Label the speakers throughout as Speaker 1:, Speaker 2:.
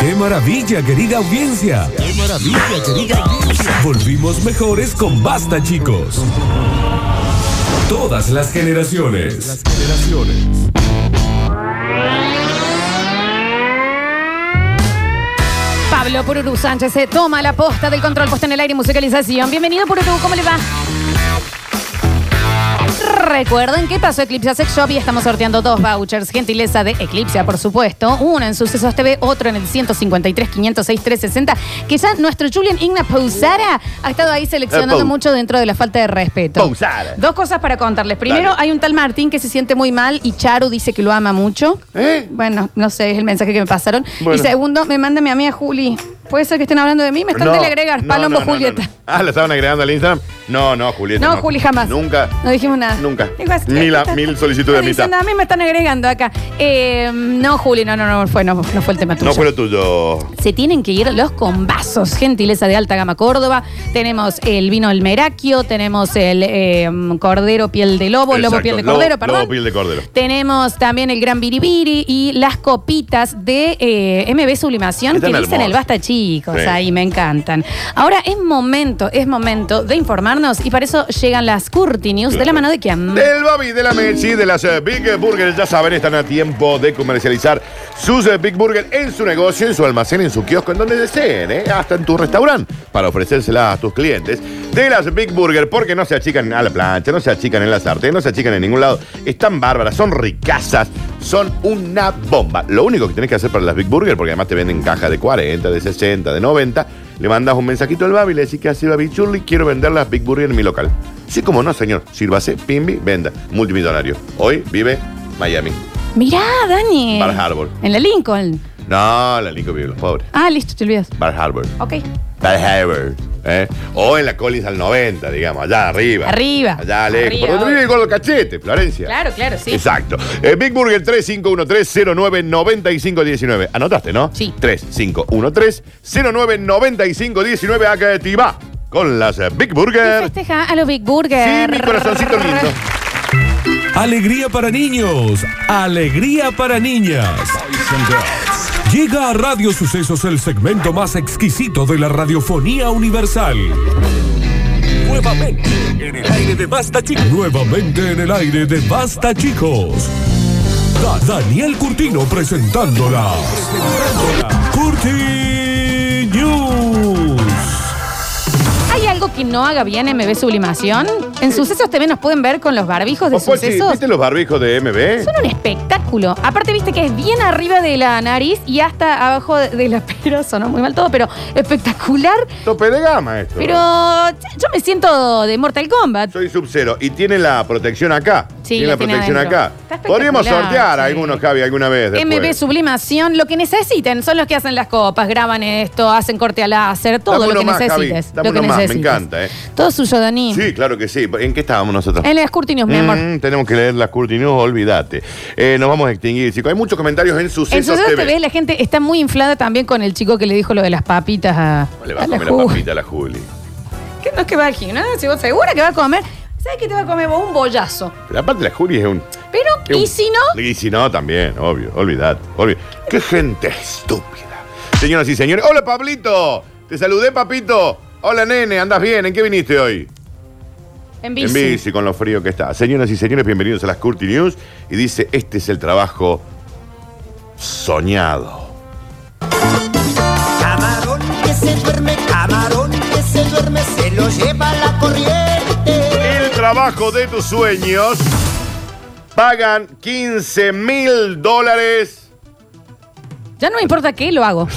Speaker 1: ¡Qué maravilla, querida audiencia!
Speaker 2: ¡Qué maravilla, querida audiencia!
Speaker 1: Volvimos mejores con Basta, chicos. Todas las generaciones. Las generaciones.
Speaker 3: Pablo Pururú Sánchez se toma la posta del control puesto en el aire y musicalización. Bienvenido, Pururú, ¿cómo le va? Recuerden que pasó Eclipse a Sex Shop y estamos sorteando dos vouchers. Gentileza de Eclipse, por supuesto. Uno en Sucesos TV, otro en el 153 506 360. Que ya nuestro Julian Igna Pausara ha estado ahí seleccionando
Speaker 4: Eh, Pau.
Speaker 3: mucho dentro de la falta de respeto.
Speaker 4: Pausara.
Speaker 3: Dos cosas para contarles. Primero,
Speaker 4: Dale.
Speaker 3: hay un tal Martín que se siente muy mal y Charu dice que lo ama mucho.
Speaker 4: ¿Eh?
Speaker 3: Bueno, no sé, es el mensaje que me pasaron.
Speaker 4: Bueno.
Speaker 3: Y segundo, me manda mi amiga Juli. ¿Puede ser que estén hablando de mí? Me están
Speaker 4: No,
Speaker 3: teleagregar.
Speaker 4: no,
Speaker 3: Palombo
Speaker 4: no, no,
Speaker 3: Julieta.
Speaker 4: no, no. Ah, la estaban agregando al Instagram. No, no, Julieta.
Speaker 3: No, Juli, jamás.
Speaker 4: Nunca.
Speaker 3: No dijimos nada.
Speaker 4: Nunca.
Speaker 3: Digo, así que-
Speaker 4: Mil a- mil solicitudes de
Speaker 3: Diciendo,
Speaker 4: amistad.
Speaker 3: A mí me están agregando acá. Eh, no, Juli, no, no, no fue, no, no fue el tema tuyo.
Speaker 4: No fue lo tuyo.
Speaker 3: Se tienen que ir los combazos, gentileza de alta gama Córdoba. Tenemos el vino El Meraquio, tenemos el eh, cordero piel de lobo, lobo
Speaker 4: Exacto.
Speaker 3: piel de cordero,
Speaker 4: Lobo-
Speaker 3: perdón.
Speaker 4: lobo piel de cordero.
Speaker 3: Tenemos también el gran biribiri y las copitas de eh, MB Sublimación que
Speaker 4: Están
Speaker 3: dicen
Speaker 4: hermosas.
Speaker 3: el basta chicos,
Speaker 4: Sí.
Speaker 3: ahí me encantan. Ahora es momento, es momento de informarnos y para eso llegan las Curti News de la mano de quién.
Speaker 4: Del Bobby, de la Messi, de las eh, Big Burger, ya saben, están a tiempo de comercializar sus eh, Big Burger en su negocio, en su almacén, en su kiosco, en donde deseen, ¿eh? hasta en tu restaurante, para ofrecérsela a tus clientes. De las Big Burger, porque no se achican a la plancha, no se achican en la sartén, no se achican en ningún lado. Están bárbaras, son ricasas, son una bomba. Lo único que tenés que hacer para las Big Burger, porque además te venden cajas de 40, de 60, de 90, le mandas un mensajito al Babi y le decís que hace Babi Churli, quiero vender las Big Burger en mi local. Sí, como no, señor. Sírvase, pimbi, venda. Multimillonario. Hoy vive Miami.
Speaker 3: Mirá, Dani.
Speaker 4: Bar Harbor.
Speaker 3: En la Lincoln.
Speaker 4: No, la Lincoln vive los pobres.
Speaker 3: Ah, listo, te olvidas.
Speaker 4: Bar Harbor.
Speaker 3: Ok.
Speaker 4: Bar Harbor. ¿eh? O en la Collins al 90, digamos, allá arriba.
Speaker 3: Arriba.
Speaker 4: Allá lejos.
Speaker 3: Arriba.
Speaker 4: Por donde vive el gordo cachete, Florencia.
Speaker 3: Claro, claro, sí.
Speaker 4: Exacto. Eh, Big Burger 3513-099519. Anotaste, ¿no?
Speaker 3: Sí.
Speaker 4: 3513-099519. Acá te va con las eh, Big
Speaker 3: Y
Speaker 4: Burger.
Speaker 3: festeja a los Big
Speaker 4: Sí,
Speaker 3: Burger.
Speaker 4: mi corazoncito lindo.
Speaker 1: Alegría para niños. Alegría para niñas. Llega a Radio Sucesos el segmento más exquisito de la radiofonía universal. Nuevamente en el aire de Basta Chicos. Nuevamente en el aire de Basta Chicos. Da- Daniel Curtino presentándola. Curti News.
Speaker 3: ¿Hay algo que no haga bien MB Sublimación? En Sucesos TV nos pueden ver con los barbijos de
Speaker 4: Vos, Pochi,
Speaker 3: Sucesos.
Speaker 4: ¿Viste los barbijos de MB?
Speaker 3: Son un espectáculo. Aparte, viste que es bien arriba de la nariz y hasta abajo de de la pera. Sonó muy mal todo, pero espectacular.
Speaker 4: Tope de gama esto.
Speaker 3: Pero ch- yo me siento de Mortal Kombat.
Speaker 4: Soy sub-cero y tiene la protección acá.
Speaker 3: Sí,
Speaker 4: tiene
Speaker 3: la
Speaker 4: la
Speaker 3: tiene
Speaker 4: protección
Speaker 3: adentro.
Speaker 4: acá.
Speaker 3: Está espectacular,
Speaker 4: Podríamos sortear a
Speaker 3: sí.
Speaker 4: algunos, Javi, alguna vez.
Speaker 3: MB
Speaker 4: después.
Speaker 3: Sublimación, lo que necesiten, son los que hacen las copas, graban esto, hacen corte a láser, todo lo
Speaker 4: Dame uno
Speaker 3: que
Speaker 4: más,
Speaker 3: necesites.
Speaker 4: Javi. Dame
Speaker 3: lo que
Speaker 4: uno más, me
Speaker 3: necesites.
Speaker 4: encanta, eh.
Speaker 3: Todo suyo, Dani.
Speaker 4: Sí, claro que sí. ¿En qué estábamos nosotros?
Speaker 3: En las Curtinios, mi amor.
Speaker 4: Mm, tenemos que leer las Curti News, olvídate. Eh, nos vamos a extinguir, chicos. Hay muchos comentarios en
Speaker 3: En
Speaker 4: Sucesos
Speaker 3: Sucesos
Speaker 4: TV.
Speaker 3: TV la gente está muy inflada también con el chico que le dijo lo de las papitas a,
Speaker 4: Le
Speaker 3: a
Speaker 4: va a
Speaker 3: la
Speaker 4: comer la
Speaker 3: Ju.
Speaker 4: papita a la Juli.
Speaker 3: ¿Qué no es que va al gimnasio? ¿Vos segura que va a comer? ¿Sabes qué te va a comer vos? Un bollazo.
Speaker 4: Pero aparte la Juli es un...
Speaker 3: Pero,
Speaker 4: es un-
Speaker 3: ¿y si no?
Speaker 4: Y si no, también, obvio. Olvídate, obvio. Qué gente estúpida. Señoras y señores. Hola, Pablito. Te saludé, papito. Hola, nene. ¿Andas bien? ¿En qué viniste hoy?
Speaker 3: En bici.
Speaker 4: En bici, con lo frío que está. Señoras y señores, bienvenidos a las Curti News. Y dice, este es el trabajo soñado.
Speaker 2: Camarón que se duerme, camarón que se duerme, se lo lleva la corriente.
Speaker 4: El trabajo de tus sueños. Pagan 15 mil dólares
Speaker 3: Ya no me importa qué, lo hago.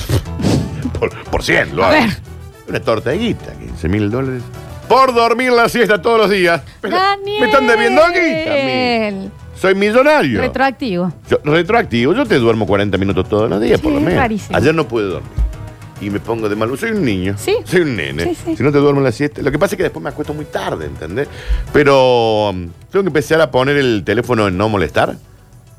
Speaker 4: por, por 100, lo
Speaker 3: A
Speaker 4: hago.
Speaker 3: ver.
Speaker 4: Una tortaguita, 15 mil dólares. Por dormir la siesta todos los días. Pero,
Speaker 3: Daniel.
Speaker 4: ¿Me están debiendo guita? a mí? Soy millonario.
Speaker 3: Retroactivo.
Speaker 4: Yo- retroactivo, yo te duermo 40 minutos todos los días,
Speaker 3: Sí,
Speaker 4: por lo
Speaker 3: es
Speaker 4: menos.
Speaker 3: rarísimo.
Speaker 4: Ayer no pude dormir. Y me pongo de mal humor. Soy un niño.
Speaker 3: Sí.
Speaker 4: Soy un nene.
Speaker 3: Sí, sí.
Speaker 4: Si no te duermo en la siesta. Lo que pasa es que después me acuesto muy tarde, ¿entendés? Pero um, tengo que empezar a poner el teléfono en no molestar.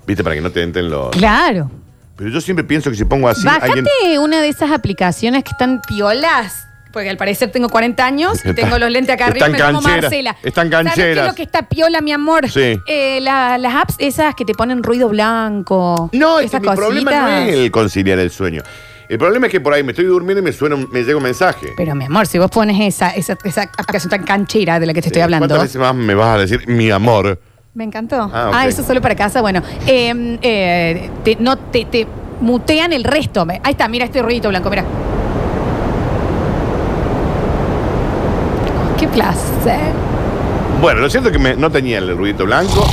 Speaker 4: ¿Viste? Para que no te entren los.
Speaker 3: Claro.
Speaker 4: Pero yo siempre pienso que si pongo así.
Speaker 3: Bájate
Speaker 4: alguien-
Speaker 3: una de esas aplicaciones que están piolas. Porque al parecer tengo 40 años,
Speaker 4: Está-
Speaker 3: tengo los lentes acá arriba,
Speaker 4: están
Speaker 3: me llamo
Speaker 4: cancheras,
Speaker 3: Marcela.
Speaker 4: están
Speaker 3: ¿Sabes qué es
Speaker 4: cancheras.
Speaker 3: lo que está piola, mi amor?
Speaker 4: Sí.
Speaker 3: Eh, la- las apps esas que te ponen ruido blanco.
Speaker 4: No, es que
Speaker 3: esas
Speaker 4: mi problema no
Speaker 3: cositas.
Speaker 4: es el conciliar el sueño. El problema es que por ahí me estoy durmiendo y me suena un- me llega un mensaje.
Speaker 3: Pero mi amor, si vos pones esa, esa, esa aplicación tan canchera de la que te estoy hablando.
Speaker 4: Eh, ¿Cuántas veces más me vas a decir mi amor?
Speaker 3: Me encantó.
Speaker 4: Ah,
Speaker 3: Ah,
Speaker 4: ok.
Speaker 3: eso solo para casa. Bueno, eh, eh, te, no, te, te mutean el resto. Me- Ahí está, mira este ruidito blanco, mira. Oh, Qué placer.
Speaker 4: Bueno, lo cierto es que me- no tenía el ruidito blanco.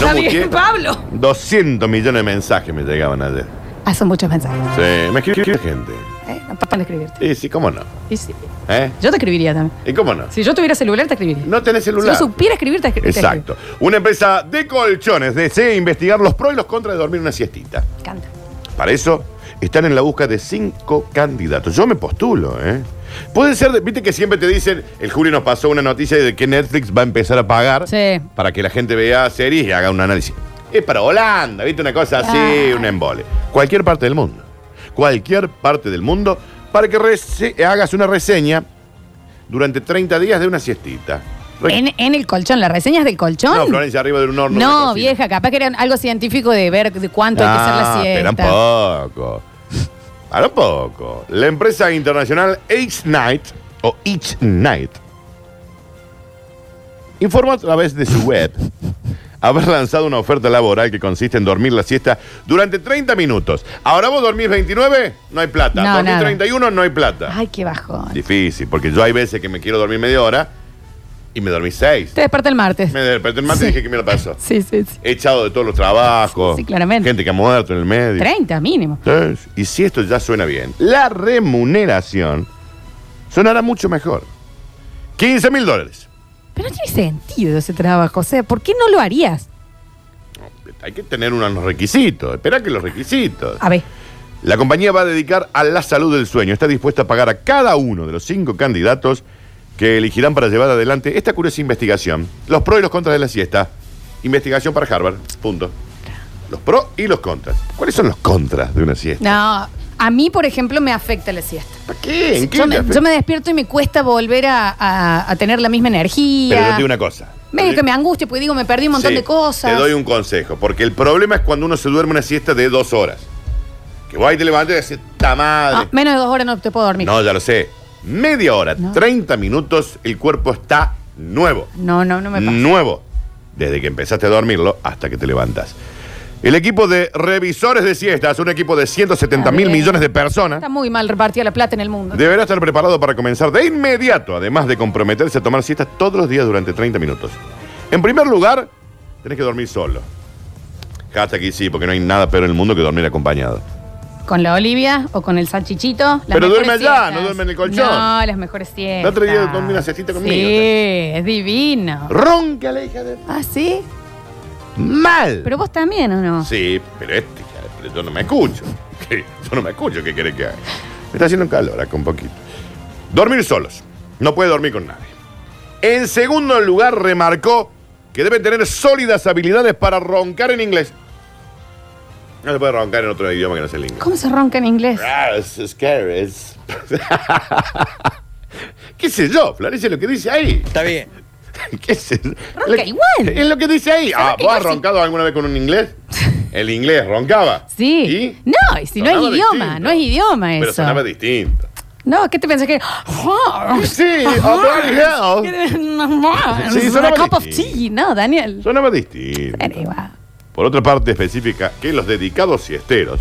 Speaker 4: No
Speaker 3: Está bien,
Speaker 4: muteé.
Speaker 3: Pablo.
Speaker 4: 200 millones de mensajes me llegaban ayer.
Speaker 3: Ah, son muchos mensajes.
Speaker 4: Sí, me escribió gente.
Speaker 3: ¿eh? No, para escribirte.
Speaker 4: Y sí, cómo no.
Speaker 3: Y sí,
Speaker 4: ¿Eh?
Speaker 3: yo te escribiría también.
Speaker 4: ¿Y cómo no?
Speaker 3: Si yo tuviera celular, te escribiría.
Speaker 4: No tenés
Speaker 3: si
Speaker 4: celular.
Speaker 3: yo supiera escribir, te escri- te escribiría.
Speaker 4: Exacto. Una empresa de colchones desea investigar los pros y los contras de dormir una siestita.
Speaker 3: Me encanta.
Speaker 4: Para eso están en la búsqueda de cinco candidatos. Yo me postulo, ¿eh? Puede ser, de- viste que siempre te dicen, el Julio nos pasó una noticia de que Netflix va a empezar a pagar
Speaker 3: Sí.
Speaker 4: para que la gente vea series y haga un análisis. Es para Holanda, viste una cosa así,
Speaker 3: Claro.
Speaker 4: un embole. Cualquier parte del mundo. Cualquier parte del mundo para que rese- hagas una reseña durante 30 días de una siestita. Re-
Speaker 3: En, en el colchón, las reseñas del colchón.
Speaker 4: No, Florencia, arriba de un horno. una
Speaker 3: No,
Speaker 4: cocina.
Speaker 3: vieja, capaz que era algo científico de ver de cuánto hay que hacer la
Speaker 4: Ah,
Speaker 3: siesta.
Speaker 4: Espera un poco. Ahora un poco. La empresa internacional Each Night o Each Night informa a través de su web haber lanzado una oferta laboral que consiste en dormir la siesta durante 30 minutos. Ahora vos dormís 29, no hay plata.
Speaker 3: No,
Speaker 4: dormís
Speaker 3: nada.
Speaker 4: 31, no hay plata.
Speaker 3: Ay, qué bajón.
Speaker 4: Difícil, porque yo hay veces que me quiero dormir media hora y me dormí 6.
Speaker 3: Te despierta el martes.
Speaker 4: Me desperté el martes y dije que me lo pasó.
Speaker 3: Sí, sí, sí.
Speaker 4: Echado de todos los trabajos.
Speaker 3: Sí, claramente.
Speaker 4: Gente que ha muerto en el medio.
Speaker 3: 30 mínimo.
Speaker 4: Sí, Y si esto ya suena bien, la remuneración sonará mucho mejor. 15 mil dólares.
Speaker 3: Pero no tiene sentido ese trabajo. O sea, ¿por qué no lo harías?
Speaker 4: Hay que tener unos requisitos. Espera que los requisitos.
Speaker 3: A ver.
Speaker 4: La compañía va a dedicar a la salud del sueño. Está dispuesta a pagar a cada uno de los cinco candidatos que elegirán para llevar adelante esta curiosa investigación. Los pros y los contras de la siesta. Investigación para Harvard. Punto. Los pros y los contras. ¿Cuáles son los contras de una siesta?
Speaker 3: No. A mí, por ejemplo, me afecta la siesta.
Speaker 4: ¿Para qué? ¿En qué
Speaker 3: Yo
Speaker 4: te
Speaker 3: me,
Speaker 4: afecta?
Speaker 3: yo me despierto y me cuesta volver a, a- a tener la misma energía.
Speaker 4: Pero yo te digo una cosa.
Speaker 3: Medio que me angustia porque digo, me perdí un montón
Speaker 4: Sí,
Speaker 3: de cosas.
Speaker 4: Te doy un consejo, porque el problema es cuando uno se duerme una siesta de dos horas. Que vos ahí te levantas y decís, ¡ta
Speaker 3: Ah,
Speaker 4: madre!
Speaker 3: menos de dos horas no te puedo dormir.
Speaker 4: no, ya lo sé. Media hora,
Speaker 3: No.
Speaker 4: 30 minutos, el cuerpo está nuevo.
Speaker 3: no, no, no me pasa.
Speaker 4: nuevo. Desde que empezaste a dormirlo hasta que te levantas. El equipo de revisores de siestas, un equipo de 170
Speaker 3: Está
Speaker 4: mil
Speaker 3: bien.
Speaker 4: millones de personas,
Speaker 3: Está muy mal repartida la plata en el mundo.
Speaker 4: deberá estar preparado para comenzar de inmediato, además de comprometerse a tomar siestas todos los días durante 30 minutos. En primer lugar, tenés que dormir solo. Hasta aquí sí, porque no hay nada peor en el mundo que dormir acompañado.
Speaker 3: Con la Olivia o con el salchichito. las
Speaker 4: Pero duerme
Speaker 3: mejores
Speaker 4: allá,
Speaker 3: siestas.
Speaker 4: no duerme en el colchón.
Speaker 3: No, las mejores siestas.
Speaker 4: El otro día dormí una siestita conmigo.
Speaker 3: Sí, es divino.
Speaker 4: Ronca la hija de...
Speaker 3: Ah, sí.
Speaker 4: ¡Mal!
Speaker 3: Pero vos también, ¿o no?
Speaker 4: Sí, pero este, hija de- pero yo no me escucho. ¿Qué? Yo no me escucho, ¿qué querés que haga? Me está haciendo calor acá un poquito. Dormir solos. No puede dormir con nadie. En segundo lugar, remarcó que debe tener sólidas habilidades para roncar en inglés. No se puede roncar en otro idioma que no sea el inglés.
Speaker 3: ¿Cómo se ronca en inglés?
Speaker 4: Ah, es scary. es- ¿Qué sé yo? Florencia, lo que dice ahí.
Speaker 5: Está bien.
Speaker 4: ¿Qué es eso?
Speaker 3: Ronca
Speaker 4: Lo-
Speaker 3: igual.
Speaker 4: Es lo que dice ahí.
Speaker 3: ronca
Speaker 4: Ah, ¿Vos has
Speaker 3: igual, sí.
Speaker 4: roncado alguna vez con un inglés? El inglés roncaba.
Speaker 3: Sí.
Speaker 4: ¿Y?
Speaker 3: No, y si no es
Speaker 4: Sonaba
Speaker 3: idioma,
Speaker 4: distinto.
Speaker 3: no es idioma
Speaker 4: Pero
Speaker 3: eso.
Speaker 4: sonaba distinto.
Speaker 3: No, ¿qué te pensás que?
Speaker 4: Sí, oh, bloody hell. Sí,
Speaker 3: una
Speaker 4: sonaba
Speaker 3: cup of
Speaker 4: distinto.
Speaker 3: tea, no, Daniel.
Speaker 4: Sonaba distinto.
Speaker 3: Pero igual.
Speaker 4: Por otra parte específica, que los dedicados siesteros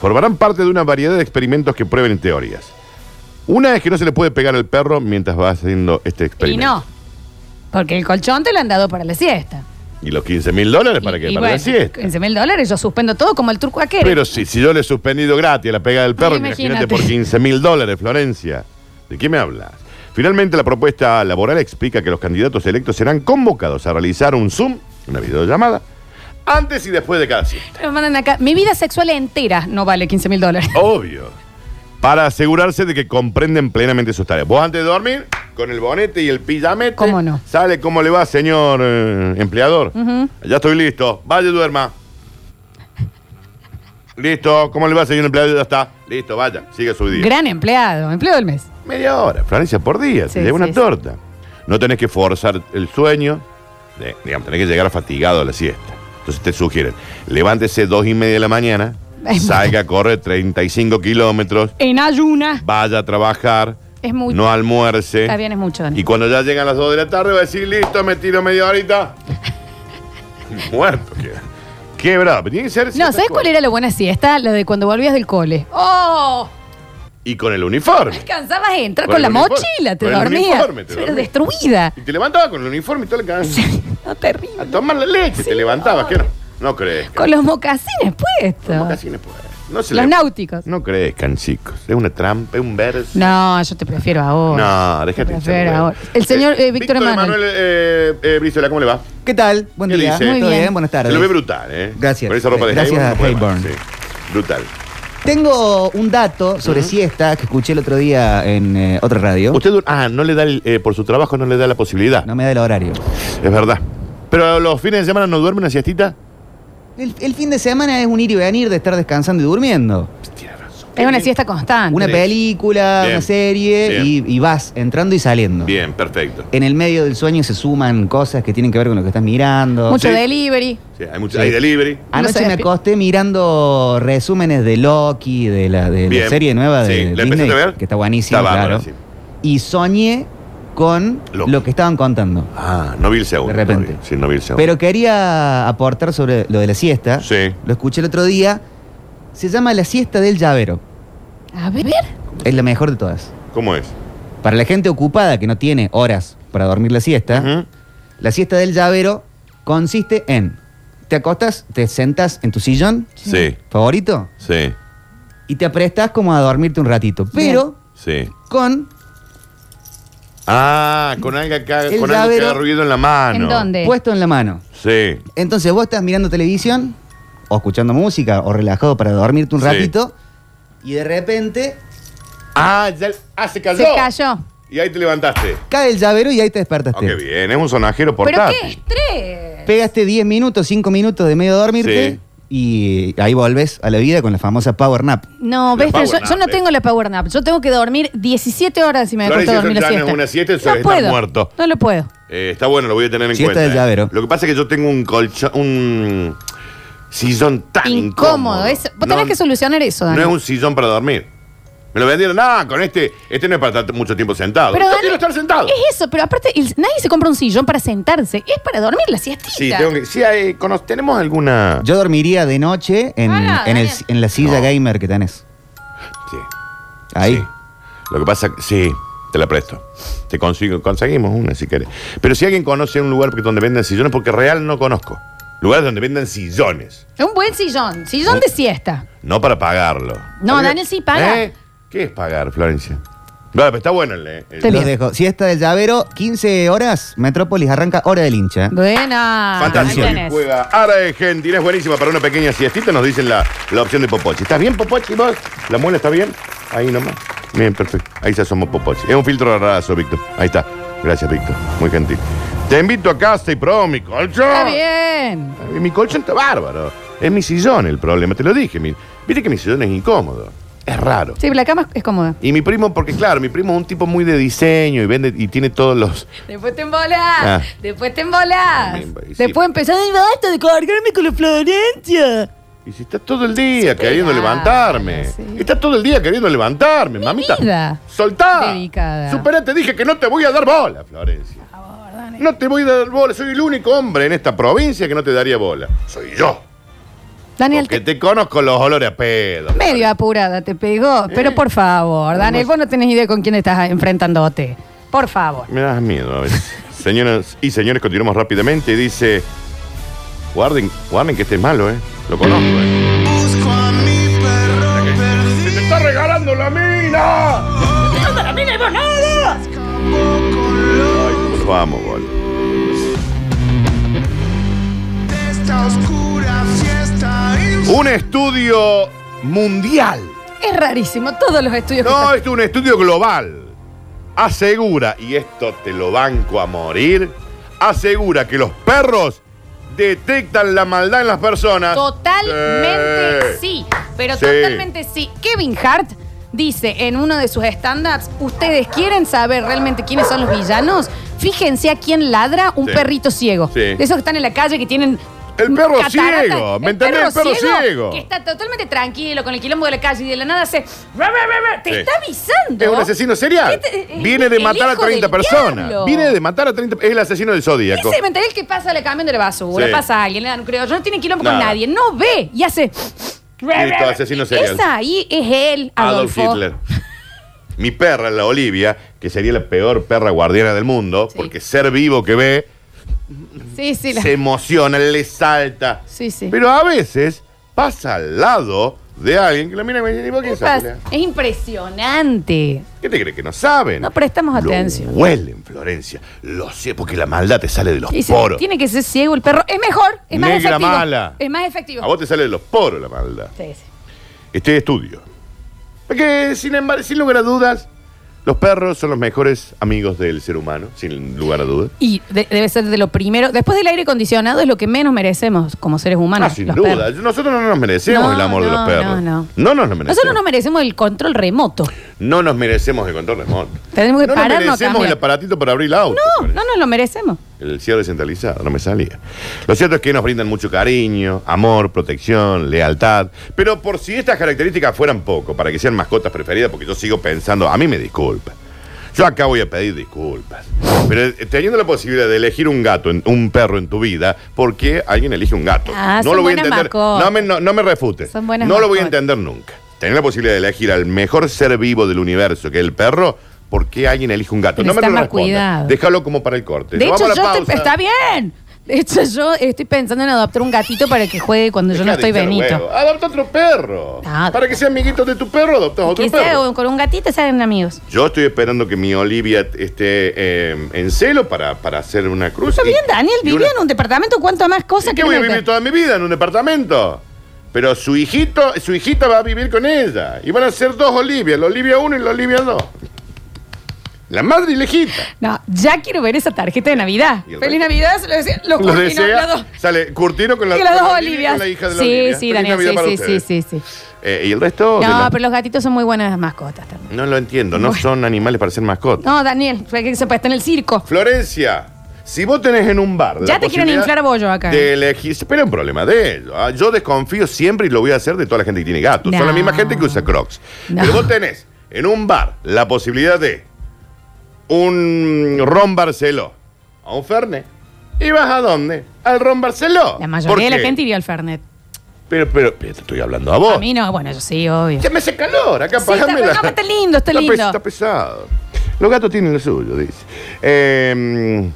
Speaker 4: formarán parte de una variedad de experimentos que prueben teorías. Una es que no se le puede pegar al perro mientras va haciendo este
Speaker 3: Y
Speaker 4: experimento.
Speaker 3: no. Porque el colchón te lo han dado para la siesta.
Speaker 4: ¿Y los 15 mil dólares para que
Speaker 3: Y- y
Speaker 4: para la
Speaker 3: bueno,
Speaker 4: siesta.
Speaker 3: 15 mil dólares, yo suspendo todo como el turco aquel.
Speaker 4: Pero si, si yo le he suspendido gratis la pegada del perro, imagínate,
Speaker 3: Imagínate.
Speaker 4: por 15 mil dólares, Florencia. ¿De qué me hablas? Finalmente, la propuesta laboral explica que los candidatos electos serán convocados a realizar un Zoom, una videollamada, antes y después de cada siesta.
Speaker 3: Me mandan acá, mi vida sexual entera no vale 15 mil dólares.
Speaker 4: Obvio. Para asegurarse de que comprenden plenamente sus tareas. Vos antes de dormir, con el bonete y el pijamete.
Speaker 3: ¿Cómo no?
Speaker 4: Sale, ¿cómo le va, señor eh, empleador? Ya estoy listo. Vaya, y duerma. Listo. ¿Cómo le va, señor empleador? Ya está. Listo, vaya. Sigue su día.
Speaker 3: Gran empleado, empleado del mes.
Speaker 4: Media hora, Florencia, por día. te
Speaker 3: Sí,
Speaker 4: lleva
Speaker 3: sí,
Speaker 4: una
Speaker 3: sí.
Speaker 4: torta. No tenés que forzar el sueño. eh, digamos, tenés que llegar fatigado a la siesta. Entonces te sugieren, levántese dos y media de la mañana.
Speaker 3: Es mucho.
Speaker 4: Salga, corre 35 kilómetros,
Speaker 3: En ayuna.
Speaker 4: vaya a trabajar,
Speaker 3: Es mucho.
Speaker 4: no almuerce.
Speaker 3: Está bien, es mucho. Dani.
Speaker 4: Y cuando ya llegan las 2 de la tarde va a decir, listo, me tiro media horita. Muerto queda. Quebrado. Pero tiene que ser
Speaker 3: No,
Speaker 4: ciertas
Speaker 3: ¿sabes cuál
Speaker 4: cosas.
Speaker 3: era la buena siesta? La de cuando volvías del cole. ¡Oh!
Speaker 4: Y con el uniforme.
Speaker 3: Alcanzabas a entrar
Speaker 4: Con
Speaker 3: con la
Speaker 4: el uniforme.
Speaker 3: mochila, te
Speaker 4: Con el
Speaker 3: dormías.
Speaker 4: uniforme, te
Speaker 3: Pero
Speaker 4: dormías.
Speaker 3: destruida.
Speaker 4: Y te levantaba con el uniforme y toda la cabeza.
Speaker 3: No,
Speaker 4: A
Speaker 3: terrible.
Speaker 4: tomar la leche, te levantabas, ¿qué no? No crees.
Speaker 3: Con los mocasines puestos.
Speaker 4: Mocasines, pues. No se
Speaker 3: Los
Speaker 4: le-
Speaker 3: náuticos.
Speaker 4: No crezcan, chicos. Es una trampa, es un verso.
Speaker 3: No, yo te prefiero ahora.
Speaker 4: No, déjate
Speaker 3: Te
Speaker 4: de
Speaker 3: prefiero
Speaker 4: ser
Speaker 3: ahora.
Speaker 4: huevo.
Speaker 3: El señor eh, Víctor
Speaker 4: Emanuel
Speaker 3: Emanuel.
Speaker 4: eh, eh, Brizuela, ¿cómo le va?
Speaker 5: ¿Qué tal? Buen
Speaker 4: ¿Qué
Speaker 5: día.
Speaker 4: dice? Muy
Speaker 5: ¿Todo
Speaker 3: bien.
Speaker 5: bien? buenas
Speaker 4: Se
Speaker 5: tardes.
Speaker 4: lo ve brutal, ¿eh?
Speaker 5: Gracias.
Speaker 4: Con esa ropa de
Speaker 5: Gracias
Speaker 4: Hayburn, no
Speaker 5: a
Speaker 4: puede más,
Speaker 5: Hayburn.
Speaker 4: sí. Brutal.
Speaker 5: Tengo un dato sobre siesta que escuché el otro día en eh, otra radio.
Speaker 4: Usted, dur- ah, no le da, el- eh, por su trabajo, no le da la posibilidad.
Speaker 5: No me da el horario.
Speaker 4: Es verdad. Pero los fines de semana no duerme una siestita.
Speaker 5: El, el fin de semana es un ir y venir de estar descansando y durmiendo.
Speaker 4: Tiene razón.
Speaker 3: Es una siesta constante.
Speaker 5: Una
Speaker 4: Sí.
Speaker 5: película,
Speaker 4: Bien.
Speaker 5: una serie y,
Speaker 4: Bien.
Speaker 5: y vas entrando y saliendo.
Speaker 4: Bien, perfecto.
Speaker 5: En el medio del sueño se suman cosas que tienen que ver con lo que estás mirando.
Speaker 3: Mucho
Speaker 4: Sí.
Speaker 3: delivery.
Speaker 4: Sí, hay, mucho,
Speaker 5: Sí.
Speaker 4: hay delivery.
Speaker 3: Uno
Speaker 5: Anoche
Speaker 3: se
Speaker 5: me
Speaker 3: despi-
Speaker 5: acosté mirando resúmenes de Loki, de la, de la
Speaker 4: Bien.
Speaker 5: serie nueva de
Speaker 4: Sí, ¿la empezaste
Speaker 5: Disney,
Speaker 4: a ver?
Speaker 5: que está buenísima,
Speaker 4: Está bárbara,
Speaker 5: claro.
Speaker 4: sí.
Speaker 5: Y soñé con
Speaker 4: Loki.
Speaker 5: lo que estaban contando.
Speaker 4: Ah, no vi el segundo.
Speaker 5: De repente.
Speaker 4: no vi. Sí, no vi el segundo.
Speaker 5: Pero quería aportar sobre lo de la siesta.
Speaker 4: Sí.
Speaker 5: Lo escuché el otro día. Se llama la siesta del llavero.
Speaker 3: A ver.
Speaker 5: Es la mejor de todas.
Speaker 4: ¿Cómo es?
Speaker 5: Para la gente ocupada que no tiene horas para dormir la siesta,
Speaker 4: Ujú.
Speaker 5: la siesta del llavero consiste en te acostas, te sentas en tu sillón
Speaker 4: Sí,
Speaker 5: favorito
Speaker 4: sí,
Speaker 5: y te aprestas como a dormirte un ratito, pero
Speaker 4: sí.
Speaker 5: con
Speaker 4: Ah, con algo que haga,
Speaker 5: El
Speaker 4: con algo que
Speaker 5: llavero.
Speaker 4: haga ruido en la mano.
Speaker 3: ¿En dónde?
Speaker 5: puesto en la mano.
Speaker 4: Sí.
Speaker 5: Entonces vos estás mirando televisión o escuchando música o relajado para dormirte un
Speaker 4: Sí.
Speaker 5: ratito y de repente
Speaker 4: Ah, ya ah, se cayó.
Speaker 3: Se cayó.
Speaker 4: Y ahí te levantaste.
Speaker 5: cae el llavero y ahí te
Speaker 4: Ah,
Speaker 5: despertaste.
Speaker 4: qué bien, es un sonajero
Speaker 3: Pero
Speaker 4: portátil.
Speaker 3: qué estrés.
Speaker 5: Pegaste 10 minutos, 5 minutos de medio dormirte y ahí volvés a la vida con la famosa power nap.
Speaker 3: No,
Speaker 4: La
Speaker 3: ves, pero
Speaker 4: power
Speaker 3: yo, yo
Speaker 4: nap,
Speaker 3: no
Speaker 4: eh.
Speaker 3: tengo la power nap. Yo tengo que dormir 17 horas y me acuesto
Speaker 4: Florencia,
Speaker 3: a
Speaker 4: eso
Speaker 3: dormir la
Speaker 4: ya no es
Speaker 3: siesta.
Speaker 4: una siesta, eso
Speaker 3: no
Speaker 4: es estar
Speaker 3: puedo.
Speaker 4: muerto.
Speaker 3: No lo puedo.
Speaker 4: Eh, está bueno, lo voy a tener en
Speaker 5: Siesta
Speaker 4: cuenta.
Speaker 5: del
Speaker 4: eh.
Speaker 5: llavero.
Speaker 4: Lo que pasa es que yo tengo un colchón, un sillón tan incómodo.
Speaker 3: Incómodo. eso. Vos
Speaker 4: No-
Speaker 3: tenés que solucionar eso, Dani.
Speaker 4: No es un sillón para dormir. Me lo vendieron, ah, con este, este no es para estar mucho tiempo sentado.
Speaker 3: Pero,
Speaker 4: yo
Speaker 3: Dani,
Speaker 4: quiero estar sentado.
Speaker 3: Es eso, pero aparte el- nadie se compra un sillón para sentarse. Es para dormir la siestita.
Speaker 4: Sí, tengo que, sí, hay- cono- tenemos alguna...
Speaker 5: Yo dormiría de noche en,
Speaker 3: Ah,
Speaker 5: en, el-
Speaker 3: Daniel.
Speaker 5: en la silla
Speaker 4: No.
Speaker 5: gamer que tenés.
Speaker 4: Sí,
Speaker 5: Ahí.
Speaker 4: sí. Lo que pasa, que- sí, te la presto. Te consigo, conseguimos una si querés. Pero si alguien conoce un lugar donde venden sillones, porque real no conozco. Lugares donde venden sillones,
Speaker 3: Un buen sillón. Sillón de siesta.
Speaker 4: no para pagarlo.
Speaker 3: No,
Speaker 4: ¿Está bien?
Speaker 3: Daniel sí paga.
Speaker 4: ¿Eh? ¿Qué es pagar, Florencia? Bueno, pero está bueno el... el-
Speaker 3: Está
Speaker 5: Los
Speaker 3: bien.
Speaker 5: dejo. Siesta del llavero, 15 horas. Metrópolis arranca hora del hincha.
Speaker 3: Buena.
Speaker 4: Fantástico.
Speaker 3: Ahí
Speaker 4: que
Speaker 3: Ah, tenés.
Speaker 4: Juega Ara de Gentil. Es buenísima para una pequeña siestita. Nos dicen la, la opción de Popochi. ¿Estás bien, Popochi? ¿Vos? ¿La muela está bien? Ahí nomás. Bien, perfecto. Ahí se asomó Popochi. Es un filtro raso, Víctor. Ahí está. Gracias, Víctor. Muy gentil. Te invito a casa y pro, mi colchón.
Speaker 3: Está bien.
Speaker 4: Eh, Mi colchón está bárbaro. Es mi sillón el problema. Te lo dije. mi- Viste que mi sillón es incómodo. Es raro.
Speaker 3: Sí, la cama es cómoda.
Speaker 4: Y mi primo, porque claro, mi primo es un tipo muy de diseño y vende y tiene todos los.
Speaker 3: Después te embolás.
Speaker 4: Ah.
Speaker 3: Después te embolás.
Speaker 4: También, sí.
Speaker 3: Después empezás. Ay, basta de cargarme con la Florencia.
Speaker 4: Y si está todo el día queriendo
Speaker 3: pegada,
Speaker 4: levantarme.
Speaker 3: sí.
Speaker 4: Está todo el día queriendo levantarme, mamita.
Speaker 3: vida.
Speaker 4: Soltá.
Speaker 3: Dedicada.
Speaker 4: Superá, te dije que no te voy a dar bola, Florencia. No te voy a dar bola. Soy el único hombre en esta provincia que no te daría bola. Soy yo.
Speaker 3: Daniel,
Speaker 4: Porque
Speaker 3: te-
Speaker 4: te conozco los olores a pedo.
Speaker 3: medio apurada te pegó. Pero por favor, Daniel, vos no tenés idea con quién estás enfrentándote. Por favor.
Speaker 4: Me das miedo a veces. Señoras y señores, continuamos rápidamente. Y dice. Guarden, guarden que este es malo, ¿eh? Lo conozco, ¿eh? ¡Se te está regalando la mina! Ay, cómo los amo, bol. Un estudio mundial.
Speaker 3: Es rarísimo. Todos los estudios que
Speaker 4: No,
Speaker 3: están-
Speaker 4: es un estudio global. Asegura, y esto te lo banco a morir, asegura que los perros detectan la maldad en las personas. Eh,
Speaker 3: Totalmente
Speaker 4: Sí.
Speaker 3: sí. Pero
Speaker 4: Sí.
Speaker 3: totalmente sí. Kevin Hart dice en uno de sus stand-ups: ¿Ustedes quieren saber realmente quiénes son los villanos? Fíjense a quién ladra un
Speaker 4: Sí.
Speaker 3: perrito ciego.
Speaker 4: Sí.
Speaker 3: De esos que están en la calle que tienen
Speaker 4: El perro
Speaker 3: catarata,
Speaker 4: ciego, ¿me
Speaker 3: el
Speaker 4: entendés? El perro ciego.
Speaker 3: Que está totalmente tranquilo con el quilombo de la calle y de la nada hace. "Ra, ra, ra, ra". Te
Speaker 4: Sí.
Speaker 3: está avisando.
Speaker 4: Es un asesino serial.
Speaker 3: ¿Qué te- eh,
Speaker 4: Viene de
Speaker 3: el
Speaker 4: matar a
Speaker 3: hijo
Speaker 4: 30
Speaker 3: del
Speaker 4: personas.
Speaker 3: diablo.
Speaker 4: Viene de matar a 30. Es el asesino del zodíaco.
Speaker 3: Ese mental que pasa le camión de la basura,
Speaker 4: Sí.
Speaker 3: pasa a alguien, le dan un criollo, no tiene quilombo con
Speaker 4: Nada.
Speaker 3: nadie, no ve y hace.
Speaker 4: Listo, asesino serial.
Speaker 3: Esa ahí es él,
Speaker 4: Adolf
Speaker 3: Adolfo.
Speaker 4: Hitler. Mi perra, la Olivia, que sería la peor perra guardiana del mundo,
Speaker 3: Sí.
Speaker 4: porque ser vivo que ve,
Speaker 3: Sí, sí, la-
Speaker 4: se emociona, le salta.
Speaker 3: sí, sí.
Speaker 4: Pero a veces pasa al lado de alguien que la mira y me dice, "¿Y vos
Speaker 3: ¿Qué
Speaker 4: quién sos,
Speaker 3: pasa?
Speaker 4: Julia?".
Speaker 3: Es impresionante.
Speaker 4: ¿Qué te crees que no saben?
Speaker 3: No prestamos
Speaker 4: Lo
Speaker 3: atención.
Speaker 4: Huelen, Florencia. Lo sé, porque la maldad te sale de los
Speaker 3: Y se-
Speaker 4: poros.
Speaker 3: tiene que ser ciego el perro. Es mejor, es más
Speaker 4: Negra
Speaker 3: efectivo.
Speaker 4: mala.
Speaker 3: Es más
Speaker 4: A
Speaker 3: efectivo.
Speaker 4: vos te sale de los poros la maldad.
Speaker 3: Sí, sí.
Speaker 4: Este estudio. Porque, sin embargo, sin lugar a dudas, los perros son los mejores amigos del ser humano, sin lugar a dudas.
Speaker 3: Y de- debe ser de lo primero. Después del aire acondicionado es lo que menos merecemos como seres humanos.
Speaker 4: Ah, sin
Speaker 3: los
Speaker 4: duda.
Speaker 3: perros.
Speaker 4: Nosotros no nos merecemos
Speaker 3: No,
Speaker 4: el amor de
Speaker 3: no,
Speaker 4: los
Speaker 3: no,
Speaker 4: perros.
Speaker 3: no.
Speaker 4: nos lo merecemos.
Speaker 3: Nosotros no merecemos el control remoto.
Speaker 4: No nos merecemos el control remoto.
Speaker 3: Tenemos que
Speaker 4: no nos
Speaker 3: pararnos a
Speaker 4: merecemos
Speaker 3: cambiar.
Speaker 4: el aparatito para abrir el auto.
Speaker 3: No, no nos lo merecemos.
Speaker 4: El cielo descentralizado, no me salía. Lo cierto es que nos brindan mucho cariño, amor, protección, lealtad. Pero por si estas características fueran poco, para que sean mascotas preferidas, porque yo sigo pensando, a mí me disculpa. Yo acá voy a pedir disculpas. Pero eh, teniendo la posibilidad de elegir un gato, en- un perro en tu vida, ¿por qué alguien elige un gato?
Speaker 3: Ah,
Speaker 4: no
Speaker 3: son
Speaker 4: lo voy a
Speaker 3: buenas
Speaker 4: entender.
Speaker 3: mascotas.
Speaker 4: No me, no, no me refutes.
Speaker 3: Son buenas
Speaker 4: no lo voy a
Speaker 3: mascotas.
Speaker 4: entender nunca. Tener la posibilidad de elegir al mejor ser vivo del universo, que es el perro, ¿por qué alguien elige un gato?
Speaker 3: Pero
Speaker 4: no me
Speaker 3: está
Speaker 4: lo
Speaker 3: más
Speaker 4: respondas.
Speaker 3: cuidado.
Speaker 4: Déjalo como para el corte.
Speaker 3: De
Speaker 4: Nos
Speaker 3: hecho,
Speaker 4: vamos a la
Speaker 3: yo estoy,
Speaker 4: pausa.
Speaker 3: está bien. De hecho, yo estoy pensando en adoptar un gatito para que juegue cuando yo no
Speaker 4: Dejá de
Speaker 3: estoy
Speaker 4: hinchar los
Speaker 3: Benito.
Speaker 4: huevos. Adopta otro perro.
Speaker 3: Ah,
Speaker 4: Para que sea amiguito de tu perro, adopta otro
Speaker 3: Que
Speaker 4: perro.
Speaker 3: sea con un gatito salen amigos.
Speaker 4: Yo estoy esperando que mi Olivia esté eh, en celo para, para hacer una cruz.
Speaker 3: Está
Speaker 4: y-
Speaker 3: bien, Daniel,
Speaker 4: y
Speaker 3: vivía
Speaker 4: una-
Speaker 3: en un departamento, cuánto más cosas
Speaker 4: ¿Qué voy a
Speaker 3: no-
Speaker 4: vivir toda mi vida en un departamento? Pero su hijito, su hijita va a vivir con ella. Y van a ser dos Olivia, la Olivia 1 y la Olivia 2. La madre y la hijita.
Speaker 3: No, ya quiero ver esa tarjeta de Navidad.
Speaker 4: ¿Y el
Speaker 3: Feliz
Speaker 4: resto?
Speaker 3: Navidad, se lo decía, los
Speaker 4: Lo
Speaker 3: Curtino, los dos.
Speaker 4: desea. Sale Curtino con la,
Speaker 3: Y las
Speaker 4: con
Speaker 3: dos
Speaker 4: la Olivia y
Speaker 3: Olivias.
Speaker 4: con la hija de la
Speaker 3: Sí,
Speaker 4: Olivia.
Speaker 3: sí,
Speaker 4: Feliz
Speaker 3: Daniel,
Speaker 4: Navidad para
Speaker 3: sí, sí,
Speaker 4: ustedes.
Speaker 3: sí, sí, sí.
Speaker 4: Eh, y el resto. de
Speaker 3: No,
Speaker 4: la-
Speaker 3: pero los gatitos son muy buenas mascotas también.
Speaker 4: No lo entiendo, no son animales para ser mascotas.
Speaker 3: No, Daniel, fue que se puede estar en el circo.
Speaker 4: Florencia, si vos tenés en un bar.
Speaker 3: Ya
Speaker 4: la
Speaker 3: te quieren
Speaker 4: posibilidad
Speaker 3: inflar bollo acá.
Speaker 4: De elegir. Pero es un problema de ellos. ah, Yo desconfío siempre y lo voy a hacer de toda la gente que tiene gatos. Son
Speaker 3: No.
Speaker 4: la misma gente que usa crocs.
Speaker 3: No.
Speaker 4: Pero vos tenés en un bar la posibilidad de un Ron Barceló a un Fernet. ¿Y vas a dónde? Al Ron Barceló.
Speaker 3: La
Speaker 4: ¿Por
Speaker 3: mayoría de la
Speaker 4: qué? Oh.
Speaker 3: gente iría al Fernet.
Speaker 4: Pero, pero, pero te estoy hablando a vos.
Speaker 3: A mí no, bueno, yo sí, obvio.
Speaker 4: Se me hace calor, acá
Speaker 3: Sí, está-
Speaker 4: apagámela.
Speaker 3: no, pero está lindo, está
Speaker 4: pes-
Speaker 3: lindo.
Speaker 4: Está pesado. Los gatos tienen lo suyo, dice. Eh,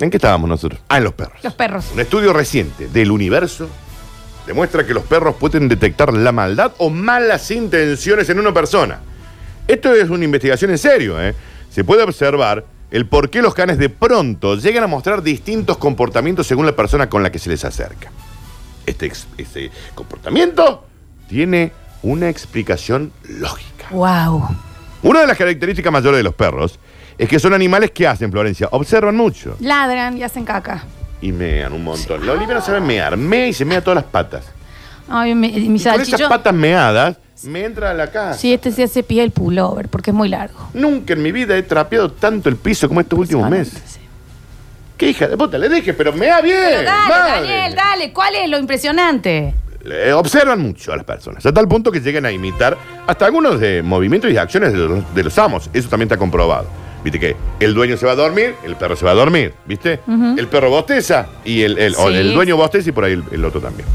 Speaker 4: ¿En qué estábamos nosotros? Ah, en los perros.
Speaker 3: Los perros.
Speaker 4: Un estudio reciente del universo demuestra que los perros pueden detectar la maldad o malas intenciones en una persona. Esto es una investigación en serio, ¿eh? Se puede observar el por qué los canes de pronto llegan a mostrar distintos comportamientos según la persona con la que se les acerca. Este, ex- este comportamiento tiene una explicación lógica.
Speaker 3: Wow.
Speaker 4: Una de las características mayores de los perros es que son animales que hacen, Florencia, observan mucho
Speaker 3: Ladran y hacen caca.
Speaker 4: y mean un montón. La Olivia no sabe mear, mea y se mea todas las patas.
Speaker 3: Ay, mi, mi
Speaker 4: Y con esas
Speaker 3: salchicho-
Speaker 4: patas meadas me entra a la casa.
Speaker 3: Sí, este se hace pie el pullover porque es muy largo.
Speaker 4: Nunca en mi vida he trapeado tanto el piso como
Speaker 3: Pues,
Speaker 4: estos últimos meses.
Speaker 3: Sí.
Speaker 4: ¿Qué hija de puta? Le dije, pero mea bien.
Speaker 3: Pero dale,
Speaker 4: madre.
Speaker 3: Daniel, dale. ¿Cuál es lo impresionante?
Speaker 4: Le- observan mucho a las personas, a tal punto que llegan a imitar hasta algunos de movimientos y acciones de los, de los amos. Eso también está comprobado. Viste que el dueño se va a dormir, el perro se va a dormir, ¿viste? El perro bosteza y el, el- o
Speaker 3: Sí.
Speaker 4: el dueño bosteza y por ahí el, el otro también.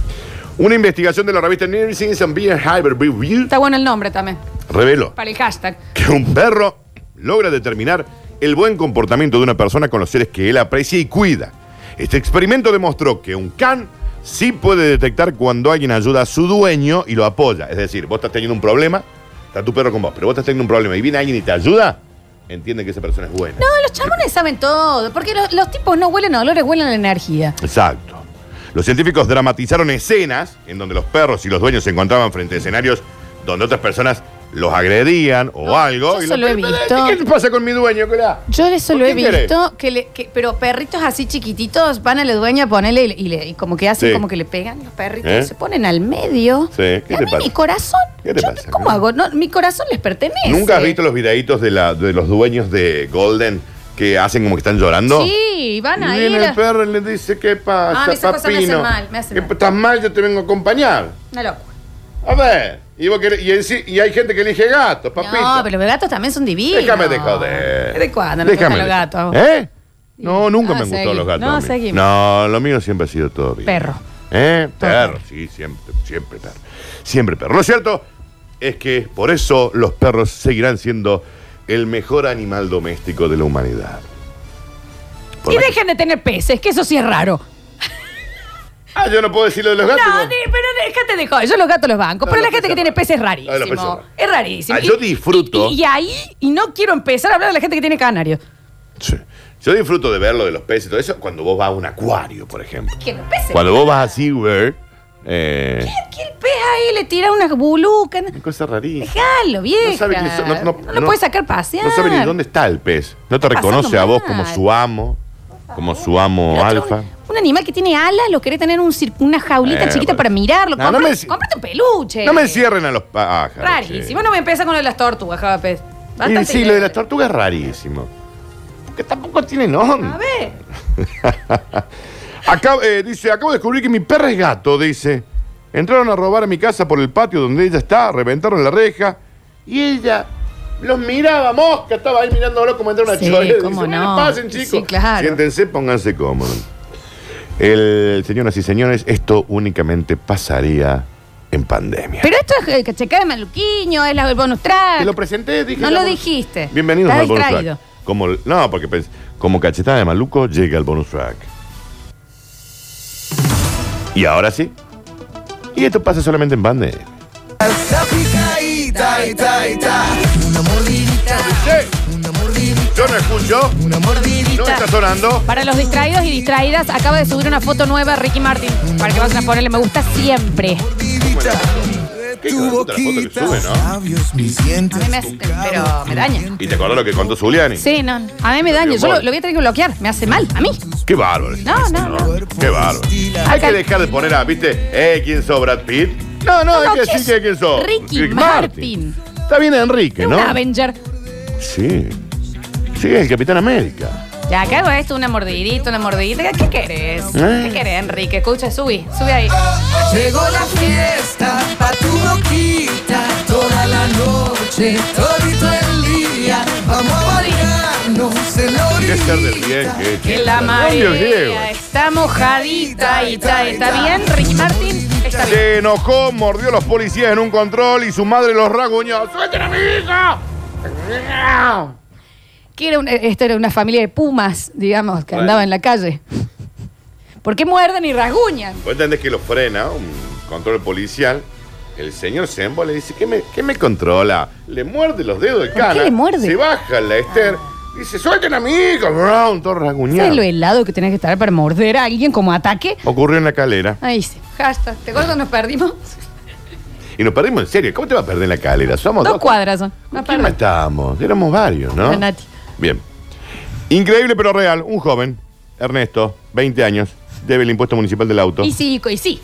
Speaker 4: Una investigación de la revista Nursing and Beer Hyper Review
Speaker 3: Está bueno el nombre también,
Speaker 4: reveló
Speaker 3: para el hashtag.
Speaker 4: que un perro logra determinar el buen comportamiento de una persona con los seres que él aprecia y cuida. Este experimento demostró que un can sí puede detectar cuando alguien ayuda a su dueño y lo apoya. Es decir, vos estás teniendo un problema, está tu perro con vos, pero vos estás teniendo un problema y viene alguien y te ayuda, entiende que esa persona es buena.
Speaker 3: No, los chamones saben todo, porque los, los tipos no huelen a olores, huelen a la energía.
Speaker 4: Exacto. Los científicos dramatizaron escenas en donde los perros y los dueños se encontraban frente a escenarios donde otras personas los agredían o
Speaker 3: No,
Speaker 4: algo.
Speaker 3: yo
Speaker 4: y
Speaker 3: eso
Speaker 4: los-
Speaker 3: lo he visto.
Speaker 4: ¿Qué pasa con mi dueño? Colá?
Speaker 3: Yo eso
Speaker 4: ¿Por
Speaker 3: lo he
Speaker 4: qué querés?
Speaker 3: visto, que le- que- pero perritos así chiquititos van a la dueña a ponerle y, le- y como que hacen
Speaker 4: Sí.
Speaker 3: como que le pegan los perritos
Speaker 4: ¿Eh?
Speaker 3: y se ponen al medio.
Speaker 4: Sí, ¿qué
Speaker 3: Y a
Speaker 4: te
Speaker 3: mí
Speaker 4: pasa?
Speaker 3: mi corazón.
Speaker 4: ¿Qué te
Speaker 3: yo,
Speaker 4: pasa?
Speaker 3: ¿Cómo hago? No, mi corazón les pertenece.
Speaker 4: ¿Nunca has visto los videitos de, la- de los dueños de Golden que hacen como que están llorando.
Speaker 3: Sí, van a
Speaker 4: Y
Speaker 3: ir.
Speaker 4: viene el perro y le dice, ¿qué pasa,
Speaker 3: Ah, esas cosas me hacen
Speaker 4: papino?
Speaker 3: mal, me hacen
Speaker 4: ¿Qué-
Speaker 3: mal.
Speaker 4: ¿Estás mal? Yo te vengo a acompañar.
Speaker 3: Una locura.
Speaker 4: A ver. Y, vos querés- y, en sí- y hay gente que elige gatos, papito.
Speaker 3: No, pero los gatos también son divinos.
Speaker 4: Déjame de joder.
Speaker 3: ¿De cuándo no te gustan los gatos?
Speaker 4: ¿Eh? No, nunca
Speaker 3: Ah,
Speaker 4: me han gustado
Speaker 3: seguí.
Speaker 4: los gatos.
Speaker 3: No,
Speaker 4: a mí.
Speaker 3: seguí.
Speaker 4: No, lo mío siempre ha sido todo bien.
Speaker 3: Perro.
Speaker 4: ¿Eh? Perro, sí, siempre, siempre perro. Siempre perro. Lo cierto es que por eso los perros seguirán siendo el mejor animal doméstico de la humanidad. Por
Speaker 3: Y
Speaker 4: la-
Speaker 3: dejen de tener peces, que eso sí es raro.
Speaker 4: Ah, yo no puedo decir lo de los gatos.
Speaker 3: No,
Speaker 4: ¿no?
Speaker 3: de- pero déjate de joder. Yo los gatos los banco.
Speaker 4: No,
Speaker 3: pero
Speaker 4: los
Speaker 3: la gente
Speaker 4: peces
Speaker 3: que tiene
Speaker 4: raros.
Speaker 3: peces es
Speaker 4: No, los peces
Speaker 3: rarísimo.
Speaker 4: raros.
Speaker 3: Es rarísimo.
Speaker 4: Ah,
Speaker 3: Y-
Speaker 4: yo disfruto.
Speaker 3: Y, y- y ahí, y no quiero empezar a hablar de la gente que tiene canarios.
Speaker 4: Sí. Yo disfruto de ver lo de los peces y todo eso cuando vos vas a un acuario, por ejemplo.
Speaker 3: Que los peces.
Speaker 4: Cuando vos vas a SeaWorld, eh,
Speaker 3: Que el pez ahí le tira unas bulucas.
Speaker 4: una cosa rarísima.
Speaker 3: Déjalo, vieja.
Speaker 4: No sabe ni so- no- no-
Speaker 3: lo
Speaker 4: no-
Speaker 3: puedes sacar pasear.
Speaker 4: No sabe ni dónde está el pez. No te
Speaker 3: Pasando
Speaker 4: reconoce a vos
Speaker 3: mal.
Speaker 4: como su amo, como su
Speaker 3: El
Speaker 4: amo
Speaker 3: otro,
Speaker 4: alfa.
Speaker 3: Un, un animal que tiene alas, lo querés tener en un cir- una jaulita
Speaker 4: Eh,
Speaker 3: chiquita
Speaker 4: bueno.
Speaker 3: para mirarlo.
Speaker 4: No, no
Speaker 3: Compra-
Speaker 4: me enci-
Speaker 3: Cómprate un peluche.
Speaker 4: No me encierren a los pájaros.
Speaker 3: Rarísimo.
Speaker 4: che.
Speaker 3: No me empieza con lo de las tortugas, Javapes.
Speaker 4: Y sí, lo de las tortugas es rarísimo. Porque tampoco tienen
Speaker 3: A
Speaker 4: onda.
Speaker 3: ver.
Speaker 4: Acá, eh, dice, acabo de descubrir que mi perra es gato, dice. Entraron a robar a mi casa por el patio donde ella está, reventaron la reja y ella los miraba, mosca, estaba ahí mirándolo como entra una
Speaker 3: Sí,
Speaker 4: chorera. Dice,
Speaker 3: cómo
Speaker 4: "Bueno,
Speaker 3: no.
Speaker 4: pasen, chicos.
Speaker 3: Sí, claro.
Speaker 4: Siéntense, pónganse cómodos. El, señoras y señores, esto únicamente pasaría en pandemia.
Speaker 3: Pero esto es eh, checa de maluquiño, es la, el bonus track.
Speaker 4: Te lo presenté, dije.
Speaker 3: No
Speaker 4: la
Speaker 3: lo
Speaker 4: bonus-
Speaker 3: dijiste.
Speaker 4: Bienvenidos
Speaker 3: Estás
Speaker 4: al bonus
Speaker 3: distraído.
Speaker 4: track. Como, no, porque pens- como cachetada de maluco llega el bonus track. Y ahora sí. Y esto pasa solamente en bande. Yo no escucho. No está sonando.
Speaker 3: Para los distraídos y distraídas, acaba de subir una foto nueva Ricky Martin. Para que vayan a ponerle me gusta siempre.
Speaker 4: Qué hijo de puta la foto que sube, ¿no?
Speaker 3: A mí me hace, pero me daña.
Speaker 4: Y te acordás lo que contó Zuliani.
Speaker 3: Sí, no. A mí me daña. Yo lo, lo voy a tener que bloquear. Me hace mal. A mí.
Speaker 4: Qué bárbaro.
Speaker 3: No, no, no.
Speaker 4: Qué bárbaro. Hay que dejar de poner a, viste, eh, ¿quién sos, Brad Pitt? No, no,
Speaker 3: No, no,
Speaker 4: hay que
Speaker 3: ¿qué
Speaker 4: decir que
Speaker 3: es?
Speaker 4: quién sos.
Speaker 3: Ricky
Speaker 4: Rick
Speaker 3: Martin.
Speaker 4: Está bien Enrique,
Speaker 3: Es
Speaker 4: ¿no?
Speaker 3: un Avenger.
Speaker 4: Sí. Sí, es el Capitán América.
Speaker 3: Ya, ¿qué hago esto? Una mordidita, una mordidita. ¿Qué querés?
Speaker 4: ¿Eh?
Speaker 3: ¿Qué querés, Enrique? Escucha, subí. Subí ahí.
Speaker 6: Llegó la fiesta pa' tu boquita Toda la noche, todito el día Vamos a bailarnos en la
Speaker 4: Qué ser del bien
Speaker 6: orillita.
Speaker 4: que es.
Speaker 3: Que la
Speaker 4: Cambio, Diego.
Speaker 3: marea está mojadita y está, está bien. Ricky Martin está bien.
Speaker 4: Se enojó, mordió a los policías en un control y su madre los raguñó. ¡Suelten a mi hija!
Speaker 3: Que era una- esta era una familia de pumas, digamos, que andaba en la calle. ¿Por qué muerden y rasguñan?
Speaker 4: Vos entendés que lo frena un control policial. El señor Sembo le dice, ¿qué me, qué me controla? Le muerde los dedos de
Speaker 3: qué
Speaker 4: cara.
Speaker 3: le muerde?
Speaker 4: Se baja la Esther. Dice, suelten a mi hija, Brown, todo
Speaker 3: ¿Sabes
Speaker 4: raguñado.
Speaker 3: lo helado que tenés que estar para morder a alguien como ataque?
Speaker 4: Ocurrió en la calera.
Speaker 3: Ahí sí. Hashtag. ¿Te acuerdas cuando nos perdimos?
Speaker 4: Y nos perdimos en serio. ¿Cómo te va a perder en la calera? Somos
Speaker 3: Dos
Speaker 4: dos.
Speaker 3: cuadras son.
Speaker 4: ¿Con
Speaker 3: Nos
Speaker 4: quién
Speaker 3: perdimos.
Speaker 4: estábamos? Éramos varios, ¿no?
Speaker 3: La Nati.
Speaker 4: Bien. Increíble pero real, un joven, Ernesto, 20 años, debe el impuesto municipal del auto.
Speaker 3: Y sí, y sí.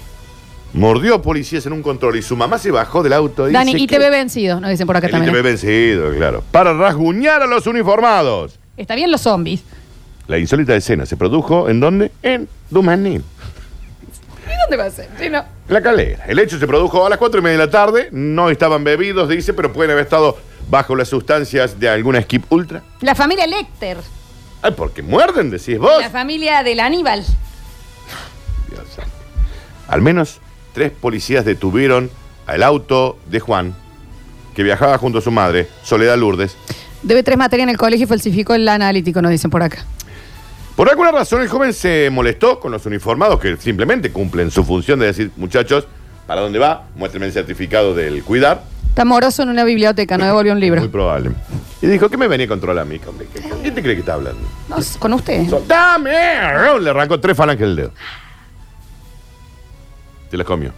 Speaker 4: Mordió a policías en un control y su mamá se bajó del auto. y
Speaker 3: Dani,
Speaker 4: dice
Speaker 3: y te
Speaker 4: que-
Speaker 3: ve vencido, nos dicen por acá
Speaker 4: El ITV
Speaker 3: también. ¿eh?
Speaker 4: vencido, claro. Para rasguñar a los uniformados.
Speaker 3: ¿eh? Está bien los zombies.
Speaker 4: La insólita escena se produjo en dónde? En Dumanil.
Speaker 3: ¿Y dónde va a ser? Si no.
Speaker 4: La calera. El hecho se produjo a las cuatro y media de la tarde. No estaban bebidos, dice, pero pueden haber estado bajo las sustancias de alguna skip ultra.
Speaker 3: La familia Lecter.
Speaker 4: Ay, porque muerden, decís vos.
Speaker 3: La familia del Aníbal.
Speaker 4: Dios santo. Al menos tres policías detuvieron al auto de Juan, que viajaba junto a su madre, Soledad Lourdes.
Speaker 3: Debe tres materias en el colegio y falsificó el analítico, nos dicen por acá.
Speaker 4: Por alguna razón el joven se molestó con los uniformados que simplemente cumplen su función de decir, muchachos, ¿para dónde va? Muéstrenme el certificado del cuidar.
Speaker 3: Está moroso en una biblioteca, no devolvió un
Speaker 4: Muy
Speaker 3: libro.
Speaker 4: probable. Y dijo, ¿qué me venía a controlar a mí? hombre? ¿Qué- ¿Con quién te cree que está hablando?
Speaker 3: No, es con usted.
Speaker 4: ¡Soltame! Le arrancó tres falanges del dedo. Se las comió.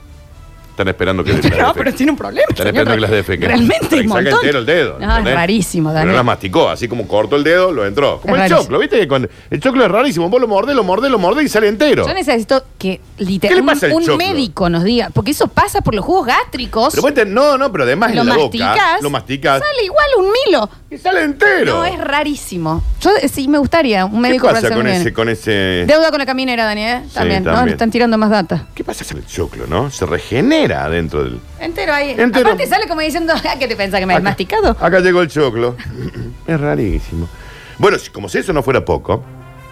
Speaker 4: Están esperando que...
Speaker 3: No, pero tiene un problema.
Speaker 4: Están
Speaker 3: señor.
Speaker 4: esperando que las defeque.
Speaker 3: Realmente
Speaker 4: ¿eh? Para
Speaker 3: hay
Speaker 4: que
Speaker 3: un
Speaker 4: saque
Speaker 3: montón.
Speaker 4: entero el dedo.
Speaker 3: No,
Speaker 4: ¿entendés?
Speaker 3: es rarísimo,
Speaker 4: Pero las
Speaker 3: Dani.
Speaker 4: masticó, así como cortó el dedo, lo entró. Como
Speaker 3: Es
Speaker 4: el
Speaker 3: rarísimo.
Speaker 4: choclo, ¿viste? Que Con, el choclo es rarísimo. Vos lo mordés, lo mordés, lo mordés y sale entero.
Speaker 3: Yo necesito que
Speaker 4: ¿Qué le
Speaker 3: literal,
Speaker 4: pasa al
Speaker 3: un, un
Speaker 4: choclo?
Speaker 3: médico nos diga, porque eso pasa por los jugos gástricos.
Speaker 4: Pero vos entendés- no, no, pero además
Speaker 3: lo
Speaker 4: en la
Speaker 3: masticás,
Speaker 4: boca. Lo masticas.
Speaker 3: Sale igual un milo.
Speaker 4: Y sale entero.
Speaker 3: No, es rarísimo. Yo eh, sí me gustaría un
Speaker 4: ¿Qué
Speaker 3: médico
Speaker 4: pasa
Speaker 3: el
Speaker 4: con
Speaker 3: semen.
Speaker 4: ese, con ese.
Speaker 3: Deuda con la caminera, Daniel.
Speaker 4: Sí,
Speaker 3: También, ¿no?
Speaker 4: también.
Speaker 3: Están tirando más data.
Speaker 4: ¿Qué pasa con el choclo, no? Se regenera dentro del.
Speaker 3: Entero ahí.
Speaker 4: Entero.
Speaker 3: Aparte sale como diciendo, "Ah, ¿qué te pensás que me has
Speaker 4: Acá-
Speaker 3: masticado?
Speaker 4: Acá llegó el choclo. es rarísimo. Bueno, si- como si eso no fuera poco,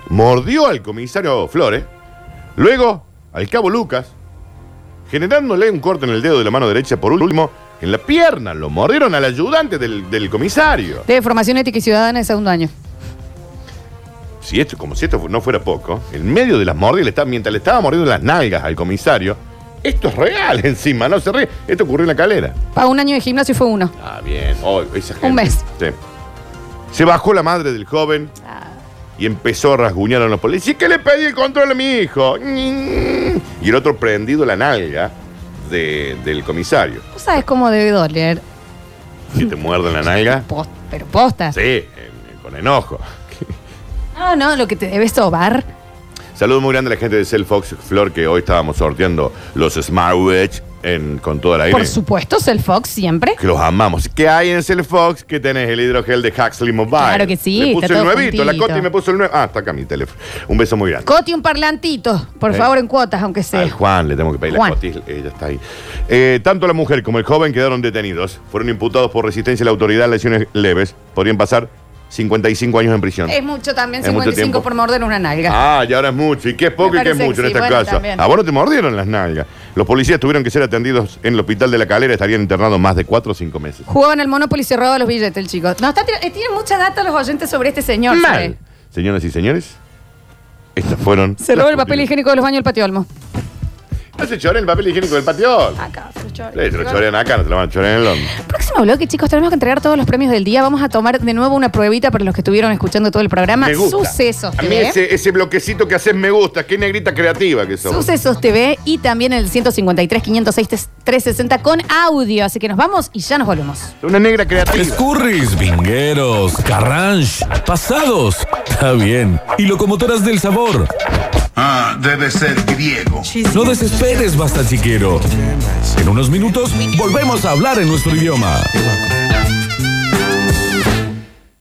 Speaker 4: mordió al comisario Flores, luego al cabo Lucas, generándole un corte en el dedo de la mano derecha, por último, en la pierna. Lo mordieron al ayudante del, del comisario.
Speaker 3: De formación ética y ciudadana de segundo año.
Speaker 4: Si esto, como si esto fu- no fuera poco, en medio de las mordidas, le estaba- mientras le estaba mordiendo las nalgas al comisario, esto es real encima, no se ríe. Esto ocurrió en la calera.
Speaker 3: Para un año de gimnasio fue uno.
Speaker 4: Ah, bien. Oh, esa gente.
Speaker 3: Un mes.
Speaker 4: Sí. Se bajó la madre del joven
Speaker 3: Ah.
Speaker 4: y empezó a rasguñar a los policías. ¿Qué le pedí el control a mi hijo? Y el otro prendido la nalga de- del comisario.
Speaker 3: Tú sabes cómo debe doler.
Speaker 4: Si te muerden la nalga.
Speaker 3: Post- pero posta.
Speaker 4: Sí, en- con enojo.
Speaker 3: No, no, lo que te debes sobar.
Speaker 4: Saludos muy grande a la gente de Cell Fox Flor que hoy estábamos sorteando los Smartwatch en, con toda la
Speaker 3: Por
Speaker 4: aire.
Speaker 3: supuesto, el Fox siempre.
Speaker 4: Que los amamos. ¿Qué hay en Cell Fox? Que tenés el hidrogel de Huxley Mobile.
Speaker 3: Claro que sí,
Speaker 4: Le
Speaker 3: está
Speaker 4: puse
Speaker 3: todo
Speaker 4: el nuevito, la
Speaker 3: juntito.
Speaker 4: Coti me puso el nuevo. Ah, está acá mi teléfono. Un beso muy grande.
Speaker 3: Coti un parlantito, por
Speaker 4: Eh.
Speaker 3: favor, en cuotas, aunque
Speaker 4: Al
Speaker 3: sea.
Speaker 4: Juan le tengo que pedir
Speaker 3: Juan.
Speaker 4: la cotis, ella está ahí. Eh, tanto la mujer como el joven quedaron detenidos. Fueron imputados por resistencia a la autoridad, lesiones leves. Podrían pasar 55 años en prisión.
Speaker 3: Es mucho también,
Speaker 4: Es mucho
Speaker 3: 55
Speaker 4: tiempo.
Speaker 3: por morder una nalga.
Speaker 4: Ah, y ahora es mucho. ¿Y qué es poco
Speaker 3: Me
Speaker 4: y qué es
Speaker 3: parece
Speaker 4: mucho en
Speaker 3: que sí,
Speaker 4: esta
Speaker 3: bueno,
Speaker 4: casa?
Speaker 3: también.
Speaker 4: A vos no te mordieron las nalgas. Los policías tuvieron que ser atendidos en el hospital de la calera. Estarían internados más de 4 o 5 meses.
Speaker 3: Jugaban al Monopoly y se robaba los billetes el chico. No, está tir- eh, tienen mucha data los oyentes sobre este señor. ¿sabes?
Speaker 4: Mal. Señoras y señores, estas fueron.
Speaker 3: Se
Speaker 4: las
Speaker 3: robó el papel
Speaker 4: noticias.
Speaker 3: higiénico de los baños del patio Olmo.
Speaker 4: No se choren el papel higiénico del patiol.
Speaker 3: Acá, se lo choreo.
Speaker 4: Sí, se lo chorean acá, no te lo van a chorear en el hombro.
Speaker 3: Próximo bloque, chicos, tenemos que entregar todos los premios del día. Vamos a tomar de nuevo una pruebita para los que estuvieron escuchando todo el programa.
Speaker 4: Me gusta.
Speaker 3: Sucesos
Speaker 4: A mí
Speaker 3: TV.
Speaker 4: ese, ese bloquecito que haces me gusta. Qué negrita creativa que sos.
Speaker 3: Sucesos TV y también el 153 506 360 con audio. Así que nos vamos y ya nos volvemos.
Speaker 4: Una negra creativa.
Speaker 1: Escurris, vingueros, carranche, pasados. Está bien. Y locomotoras del sabor.
Speaker 7: Ah, debe ser griego.
Speaker 1: No desesperes, basta chiquero. En unos minutos volvemos a hablar en nuestro idioma.